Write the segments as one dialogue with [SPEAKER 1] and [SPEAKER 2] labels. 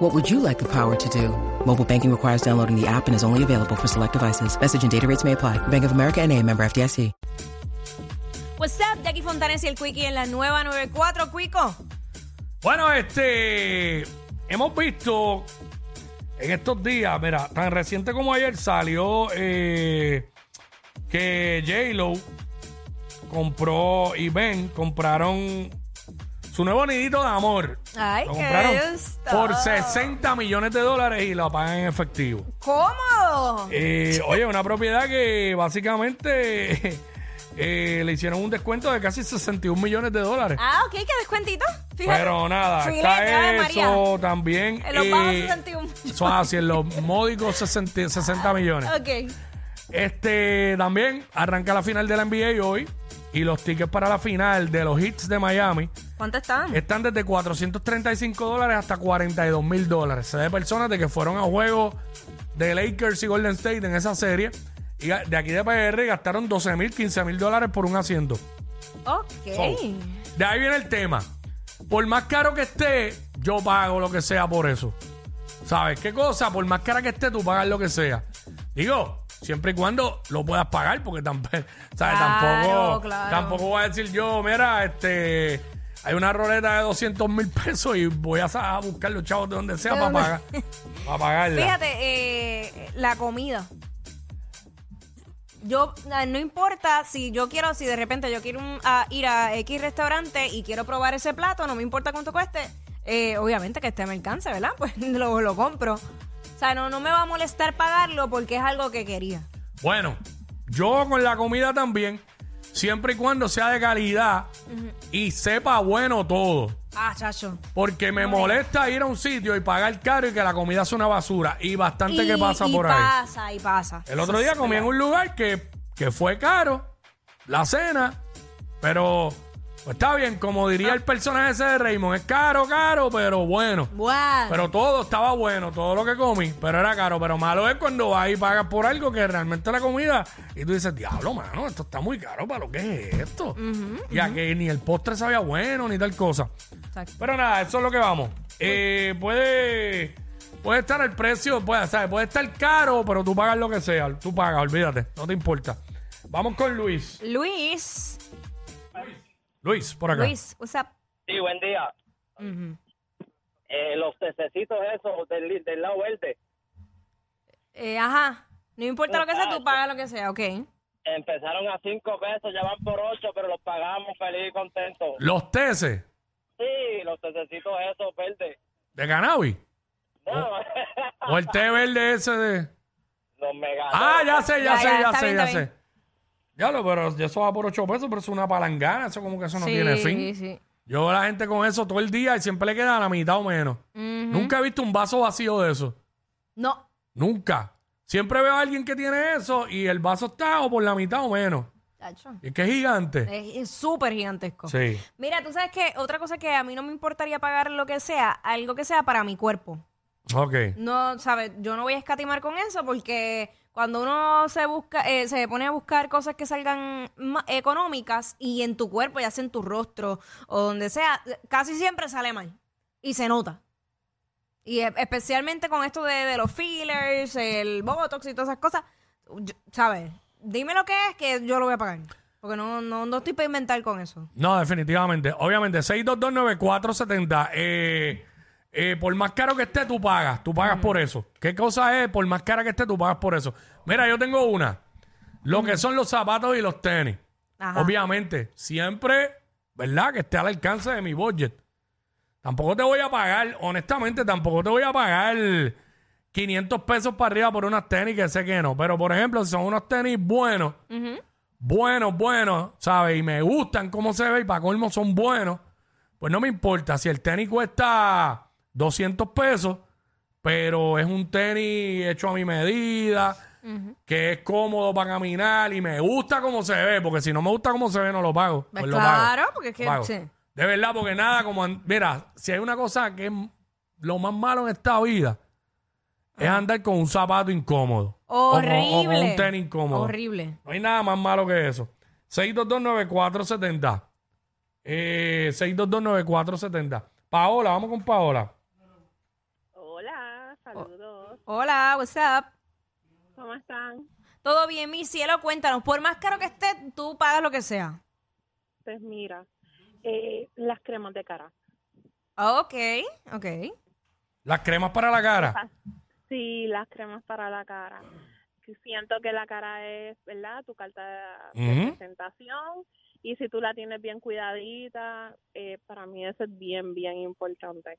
[SPEAKER 1] What would you like the power to do? Mobile banking requires downloading the app and is only available for select devices. Message and data rates may apply. Bank of America and a member FDIC.
[SPEAKER 2] What's up, Jackie Fontanes y el Quickie en la nueva 94, Cuico.
[SPEAKER 3] Bueno, este. Hemos visto en estos días, mira, tan reciente como ayer salió eh, que J-Lo compró y Ben compraron su nuevo nidito de amor.
[SPEAKER 2] Ay,
[SPEAKER 3] Lo
[SPEAKER 2] qué
[SPEAKER 3] compraron
[SPEAKER 2] gusto.
[SPEAKER 3] por 60 millones de dólares y lo pagan en efectivo.
[SPEAKER 2] ¿Cómo?
[SPEAKER 3] Eh, oye, una propiedad que básicamente eh, le hicieron un descuento de casi 61 millones de dólares.
[SPEAKER 2] Ah, ok, qué descuentito. Fíjate.
[SPEAKER 3] Pero nada,
[SPEAKER 2] Fui
[SPEAKER 3] está
[SPEAKER 2] letra de María.
[SPEAKER 3] eso también.
[SPEAKER 2] En los
[SPEAKER 3] eh,
[SPEAKER 2] bajos 61.
[SPEAKER 3] Son así, en los módicos 60, 60 millones.
[SPEAKER 2] Ok.
[SPEAKER 3] Este también arranca la final de la NBA hoy. Y los tickets para la final de los hits de Miami
[SPEAKER 2] ¿Cuánto estaban?
[SPEAKER 3] están desde 435 dólares hasta 42 mil dólares. Se ve personas de que fueron a juegos de Lakers y Golden State en esa serie. Y ga- de aquí de PR gastaron 12 mil, 15 mil dólares por un asiento.
[SPEAKER 2] Ok.
[SPEAKER 3] So, de ahí viene el tema. Por más caro que esté, yo pago lo que sea por eso. ¿Sabes qué cosa? Por más cara que esté, tú pagas lo que sea. Digo, siempre y cuando lo puedas pagar, porque tampoco, ¿sabes?
[SPEAKER 2] Claro,
[SPEAKER 3] tampoco,
[SPEAKER 2] claro.
[SPEAKER 3] tampoco voy a decir yo, mira, este, hay una roleta de 200 mil pesos y voy a, sa- a buscar los chavos de donde sea
[SPEAKER 2] ¿De
[SPEAKER 3] para
[SPEAKER 2] dónde?
[SPEAKER 3] pagar. Para pagarla.
[SPEAKER 2] Fíjate, eh, la comida. Yo, ah, no importa si yo quiero, si de repente yo quiero un- a ir a X restaurante y quiero probar ese plato, no me importa cuánto cueste, eh, obviamente que este me alcance, ¿verdad? Pues lo, lo compro. O sea, no, no me va a molestar pagarlo porque es algo que quería.
[SPEAKER 3] Bueno, yo con la comida también, siempre y cuando sea de calidad y sepa bueno todo.
[SPEAKER 2] Ah, chacho.
[SPEAKER 3] Porque me molesta ir a un sitio y pagar caro y que la comida es una basura. Y bastante que pasa
[SPEAKER 2] y
[SPEAKER 3] por ahí.
[SPEAKER 2] pasa, y pasa.
[SPEAKER 3] El otro día comí en un lugar que, que fue caro, la cena, pero pues, está bien, como diría el personaje ese de Raymond, es caro, caro, pero bueno.
[SPEAKER 2] Bueno.
[SPEAKER 3] Pero todo estaba bueno, todo lo que comí, pero era caro. Pero malo es cuando vas y pagas por algo que realmente la comida y tú dices, diablo, mano, esto está muy caro para lo que es esto. ya que ni el postre sabía bueno ni tal cosa.
[SPEAKER 2] Exacto.
[SPEAKER 3] Pero nada, eso es lo que vamos. Eh, puede, puede estar el precio, puede, ¿sabes? puede estar caro, pero tú pagas lo que sea. Tú pagas, olvídate, no te importa. Vamos con Luis.
[SPEAKER 2] Luis,
[SPEAKER 3] Luis, por acá.
[SPEAKER 2] Luis, what's up?
[SPEAKER 4] Sí, buen día.
[SPEAKER 2] Ujú.
[SPEAKER 4] Eh, los pececitos esos del, del lado verde.
[SPEAKER 2] Eh, ajá. No importa lo que sea, tú pagas lo que sea, ok.
[SPEAKER 4] Empezaron a cinco pesos, ya van por ocho, pero los pagamos feliz y contentos.
[SPEAKER 3] Los teces
[SPEAKER 4] Sí, los pececitos esos verdes.
[SPEAKER 3] de cannabis. Oh.
[SPEAKER 4] No,
[SPEAKER 3] O el té verde ese de.
[SPEAKER 4] los mega.
[SPEAKER 3] Ah, ya sé, ya,
[SPEAKER 2] Ya,
[SPEAKER 3] sé,
[SPEAKER 2] ya,
[SPEAKER 3] ya,
[SPEAKER 2] está
[SPEAKER 3] sé,
[SPEAKER 2] bien,
[SPEAKER 3] ya
[SPEAKER 2] está
[SPEAKER 3] sé. Ya lo, pero ya eso va por 8 pesos, pero eso es una palangana, eso como que eso no
[SPEAKER 2] sí,
[SPEAKER 3] tiene
[SPEAKER 2] sí,
[SPEAKER 3] fin. Yo veo a la gente con eso todo el día y siempre le queda la mitad o menos.
[SPEAKER 2] Ujú.
[SPEAKER 3] Nunca he visto un vaso vacío de eso.
[SPEAKER 2] No.
[SPEAKER 3] Nunca. Siempre veo a alguien que tiene eso y el vaso está o por la mitad o menos.
[SPEAKER 2] Chacho.
[SPEAKER 3] Y es que es gigante.
[SPEAKER 2] Es es súper gigantesco.
[SPEAKER 3] Sí.
[SPEAKER 2] Mira, tú sabes que otra cosa que a mí no me importaría pagar lo que sea, algo que sea para mi cuerpo.
[SPEAKER 3] Ok.
[SPEAKER 2] No, ¿sabes? Yo no voy a escatimar con eso porque cuando uno se busca, eh, se pone a buscar cosas que salgan ma- económicas y en tu cuerpo, ya sea en tu rostro o donde sea, casi siempre sale mal y se nota. Y e- especialmente con esto de, de los fillers, el botox y todas esas cosas, yo- ¿sabes? Dime lo que es que yo lo voy a pagar. Porque no, no, no estoy para inventar con eso.
[SPEAKER 3] No, definitivamente. Obviamente, 6229470. Eh, eh, por más caro que esté, tú pagas. Tú pagas por eso. ¿Qué cosa es? Por más cara que esté, tú pagas por eso. Mira, yo tengo una. Lo que son los zapatos y los tenis.
[SPEAKER 2] Ajá.
[SPEAKER 3] Obviamente, siempre, ¿verdad? Que esté al alcance de mi budget. Tampoco te voy a pagar, honestamente, tampoco te voy a pagar 500 pesos para arriba por unas tenis que sé que no. Pero, por ejemplo, si son unos tenis buenos, buenos, buenos, ¿sabes? Y me gustan cómo se ve y para colmo son buenos, pues no me importa. Si el tenis cuesta 200 pesos, pero es un tenis hecho a mi medida, que es cómodo para caminar y me gusta cómo se ve, porque si no me gusta cómo se ve, no lo pago.
[SPEAKER 2] Pues
[SPEAKER 3] lo
[SPEAKER 2] claro,
[SPEAKER 3] pago.
[SPEAKER 2] porque es que-
[SPEAKER 3] Lo pago.
[SPEAKER 2] sí.
[SPEAKER 3] De verdad, porque nada como. an- Mira, si hay una cosa que es lo más malo en esta vida, es andar con un zapato incómodo. O con-
[SPEAKER 2] Ah. Horrible.
[SPEAKER 3] O con, un tenis incómodo.
[SPEAKER 2] Horrible.
[SPEAKER 3] No hay nada más malo que eso. 6229470. Eh, 6229470. Paola, vamos con Paola.
[SPEAKER 5] Hola, saludos.
[SPEAKER 2] Hola, what's up?
[SPEAKER 5] ¿Cómo están?
[SPEAKER 2] Todo bien, mi cielo, cuéntanos. Por más caro que esté, tú pagas lo que sea.
[SPEAKER 5] Pues mira, eh, las cremas de cara.
[SPEAKER 2] Ah, Ok, ok.
[SPEAKER 3] Las cremas para la cara.
[SPEAKER 5] Ah, Sí, las cremas para la cara. Que Siento que la cara es, ¿verdad? Tu carta de
[SPEAKER 3] Ujú.
[SPEAKER 5] presentación. Y si tú la tienes bien cuidadita, eh, para mí eso es bien, bien importante.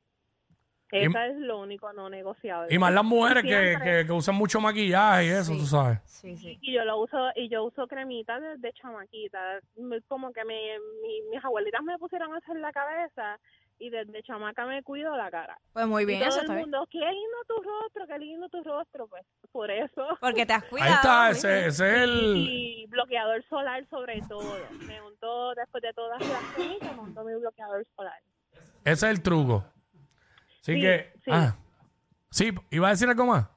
[SPEAKER 3] Y-
[SPEAKER 5] Eso es lo único no negociable.
[SPEAKER 3] Y más las mujeres que,
[SPEAKER 5] Siempre.
[SPEAKER 3] que- que usan mucho maquillaje y eso,
[SPEAKER 2] Sí.
[SPEAKER 3] tú sabes.
[SPEAKER 2] Sí, sí.
[SPEAKER 5] Y yo lo uso, y yo uso cremita desde chamaquita. Me- Como que me- mi- mis abuelitas me pusieron eso en la cabeza y desde chamaca me cuido la cara.
[SPEAKER 2] Pues muy bien,
[SPEAKER 5] y
[SPEAKER 2] eso
[SPEAKER 5] todo
[SPEAKER 2] está
[SPEAKER 5] el
[SPEAKER 2] bien.
[SPEAKER 5] mundo, qué lindo tu rostro, qué lindo tu rostro. Pues por eso.
[SPEAKER 2] Porque te has cuidado.
[SPEAKER 3] Ahí está,
[SPEAKER 2] muy
[SPEAKER 3] ese,
[SPEAKER 2] bien.
[SPEAKER 3] ese es
[SPEAKER 2] Mm.
[SPEAKER 3] el.
[SPEAKER 5] Y bloqueador solar sobre todo. Me untó, después de todas las cremitas, me untó mi bloqueador solar.
[SPEAKER 3] Ese es el truco. Así
[SPEAKER 5] Sí,
[SPEAKER 3] que.
[SPEAKER 5] sí.
[SPEAKER 3] ah. Sí, iba a decir algo más.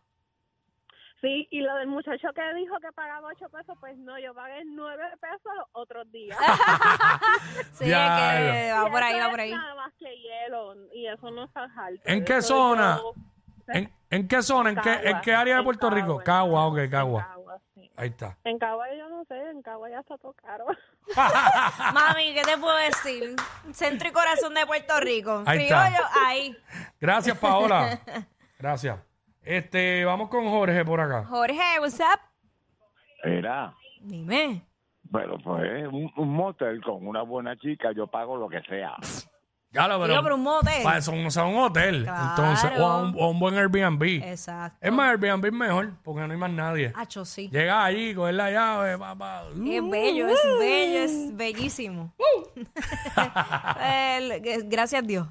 [SPEAKER 5] Sí, y lo del muchacho que dijo que pagaba 8 pesos, pues no, yo pagué 9 pesos los otros días.
[SPEAKER 2] Sí,
[SPEAKER 3] Diablo.
[SPEAKER 2] que Ah, va por ahí,
[SPEAKER 5] Eso
[SPEAKER 2] va
[SPEAKER 5] es
[SPEAKER 2] por ahí.
[SPEAKER 5] Nada más que hielo y eso no está alto.
[SPEAKER 3] ¿En qué
[SPEAKER 5] Eso
[SPEAKER 3] zona?
[SPEAKER 5] yo-
[SPEAKER 3] ¿En, en qué zona? ¿En qué, en
[SPEAKER 5] Cagua,
[SPEAKER 3] qué área de
[SPEAKER 5] en
[SPEAKER 3] Puerto Rico? Cagua, ok, Cagua.
[SPEAKER 5] En Cagua, sí.
[SPEAKER 3] Ahí está.
[SPEAKER 5] En Cagua yo no sé, en Cagua ya está todo caro.
[SPEAKER 2] Mami, ¿qué te puedo decir? Centro y corazón de Puerto Rico.
[SPEAKER 3] Ahí está.
[SPEAKER 2] Criollo, ahí.
[SPEAKER 3] Gracias, Paola. Gracias. Este, vamos con Jorge por acá.
[SPEAKER 2] Jorge, what's up?
[SPEAKER 6] Era,
[SPEAKER 2] Dime.
[SPEAKER 6] pero pues un, un motel con una buena chica, yo pago lo que sea.
[SPEAKER 3] Ya lo
[SPEAKER 2] Digo, pero un motel.
[SPEAKER 3] Para eso uno sabe un hotel.
[SPEAKER 2] Claro.
[SPEAKER 3] Entonces, o a un, o a un buen Airbnb.
[SPEAKER 2] Exacto.
[SPEAKER 3] Es más, Airbnb es mejor, porque no hay más nadie.
[SPEAKER 2] Hacho, sí.
[SPEAKER 3] Llega allí, coger la llave, uh. papá.
[SPEAKER 2] Es bello, es bello, es bellísimo.
[SPEAKER 3] Uh.
[SPEAKER 2] El- que- gracias a Dios.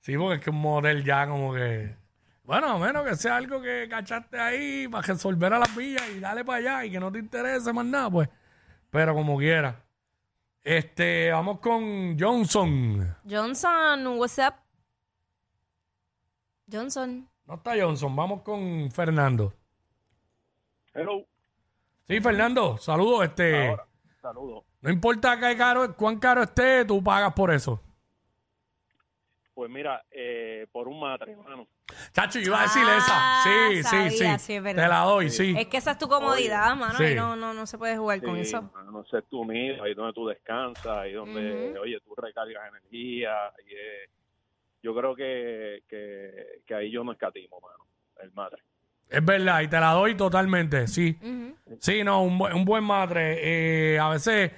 [SPEAKER 3] Sí, porque es que un motel ya como que. Bueno, a menos que sea algo que cachaste ahí para resolver a las villas y dale para allá y que no te interese más nada, pues. Pero como quiera. Este, vamos con Johnson.
[SPEAKER 2] Johnson, what's up? Johnson.
[SPEAKER 3] No está Johnson, vamos con Fernando.
[SPEAKER 6] Hello,
[SPEAKER 3] Sí, Fernando, saludos. Este,
[SPEAKER 6] saludos.
[SPEAKER 3] no importa qué caro, cuán caro esté, tú pagas por eso.
[SPEAKER 6] Pues mira, eh, por un matrimonio.
[SPEAKER 3] Chacho, yo iba a decir
[SPEAKER 2] Ah,
[SPEAKER 3] esa. Sí,
[SPEAKER 2] sabía,
[SPEAKER 3] sí, sí.
[SPEAKER 2] sí, es verdad.
[SPEAKER 3] Te la doy, sí.
[SPEAKER 2] Es que esa es tu comodidad, mano,
[SPEAKER 3] sí.
[SPEAKER 2] y no, no, no se puede jugar con eso.
[SPEAKER 6] No sé, tú mismo, ahí donde tú descansas, ahí donde, oye, tú recargas energía. y, eh, yo creo que, que, que ahí yo no escatimo, mano, el matre.
[SPEAKER 3] Es verdad, y te la doy totalmente, sí.
[SPEAKER 2] Ujú.
[SPEAKER 3] Sí, no, un, bu- un buen matre. eh, a veces,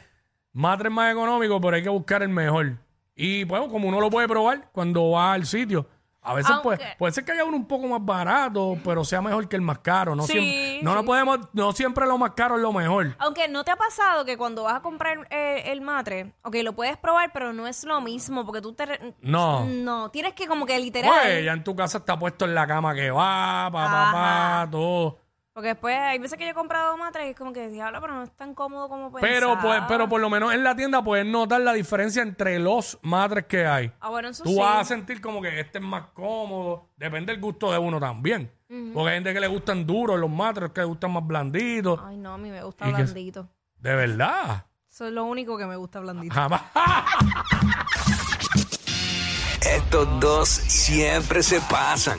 [SPEAKER 3] matre es más económico, pero hay que buscar el mejor. Y bueno, como uno lo puede probar cuando va al sitio. A veces pues,
[SPEAKER 2] Aunque-
[SPEAKER 3] puede, puede ser que haya uno un poco más barato, pero sea mejor que el más caro. No
[SPEAKER 2] Sí,
[SPEAKER 3] siempre, no, no
[SPEAKER 2] sí.
[SPEAKER 3] podemos, no siempre lo más caro es lo mejor.
[SPEAKER 2] Aunque no te ha pasado que cuando vas a comprar eh, el matre, ok, lo puedes probar, pero no es lo mismo, porque tú te... re-
[SPEAKER 3] No.
[SPEAKER 2] No, tienes que como que literal.
[SPEAKER 3] Oye, Pues, ya en tu casa está puesto en la cama que va, pa, pa, pa,
[SPEAKER 2] Ajá.
[SPEAKER 3] todo.
[SPEAKER 2] Porque después hay veces que yo he comprado matre y es como que, diablo, pero no es tan cómodo como pensaba.
[SPEAKER 3] Pero, pues, pero por lo menos en la tienda puedes notar la diferencia entre los matres que hay.
[SPEAKER 2] Ah, bueno, eso
[SPEAKER 3] Tú
[SPEAKER 2] sí.
[SPEAKER 3] vas a sentir como que este es más cómodo. Depende del gusto de uno también. Porque hay gente que le gustan duros los matres, que le gustan más blanditos.
[SPEAKER 2] Ay, no, a mí me gusta
[SPEAKER 3] Y que-
[SPEAKER 2] blandito.
[SPEAKER 3] De verdad.
[SPEAKER 2] Eso es lo único que me gusta blandito.
[SPEAKER 3] Jamás.
[SPEAKER 7] Estos dos siempre se pasan.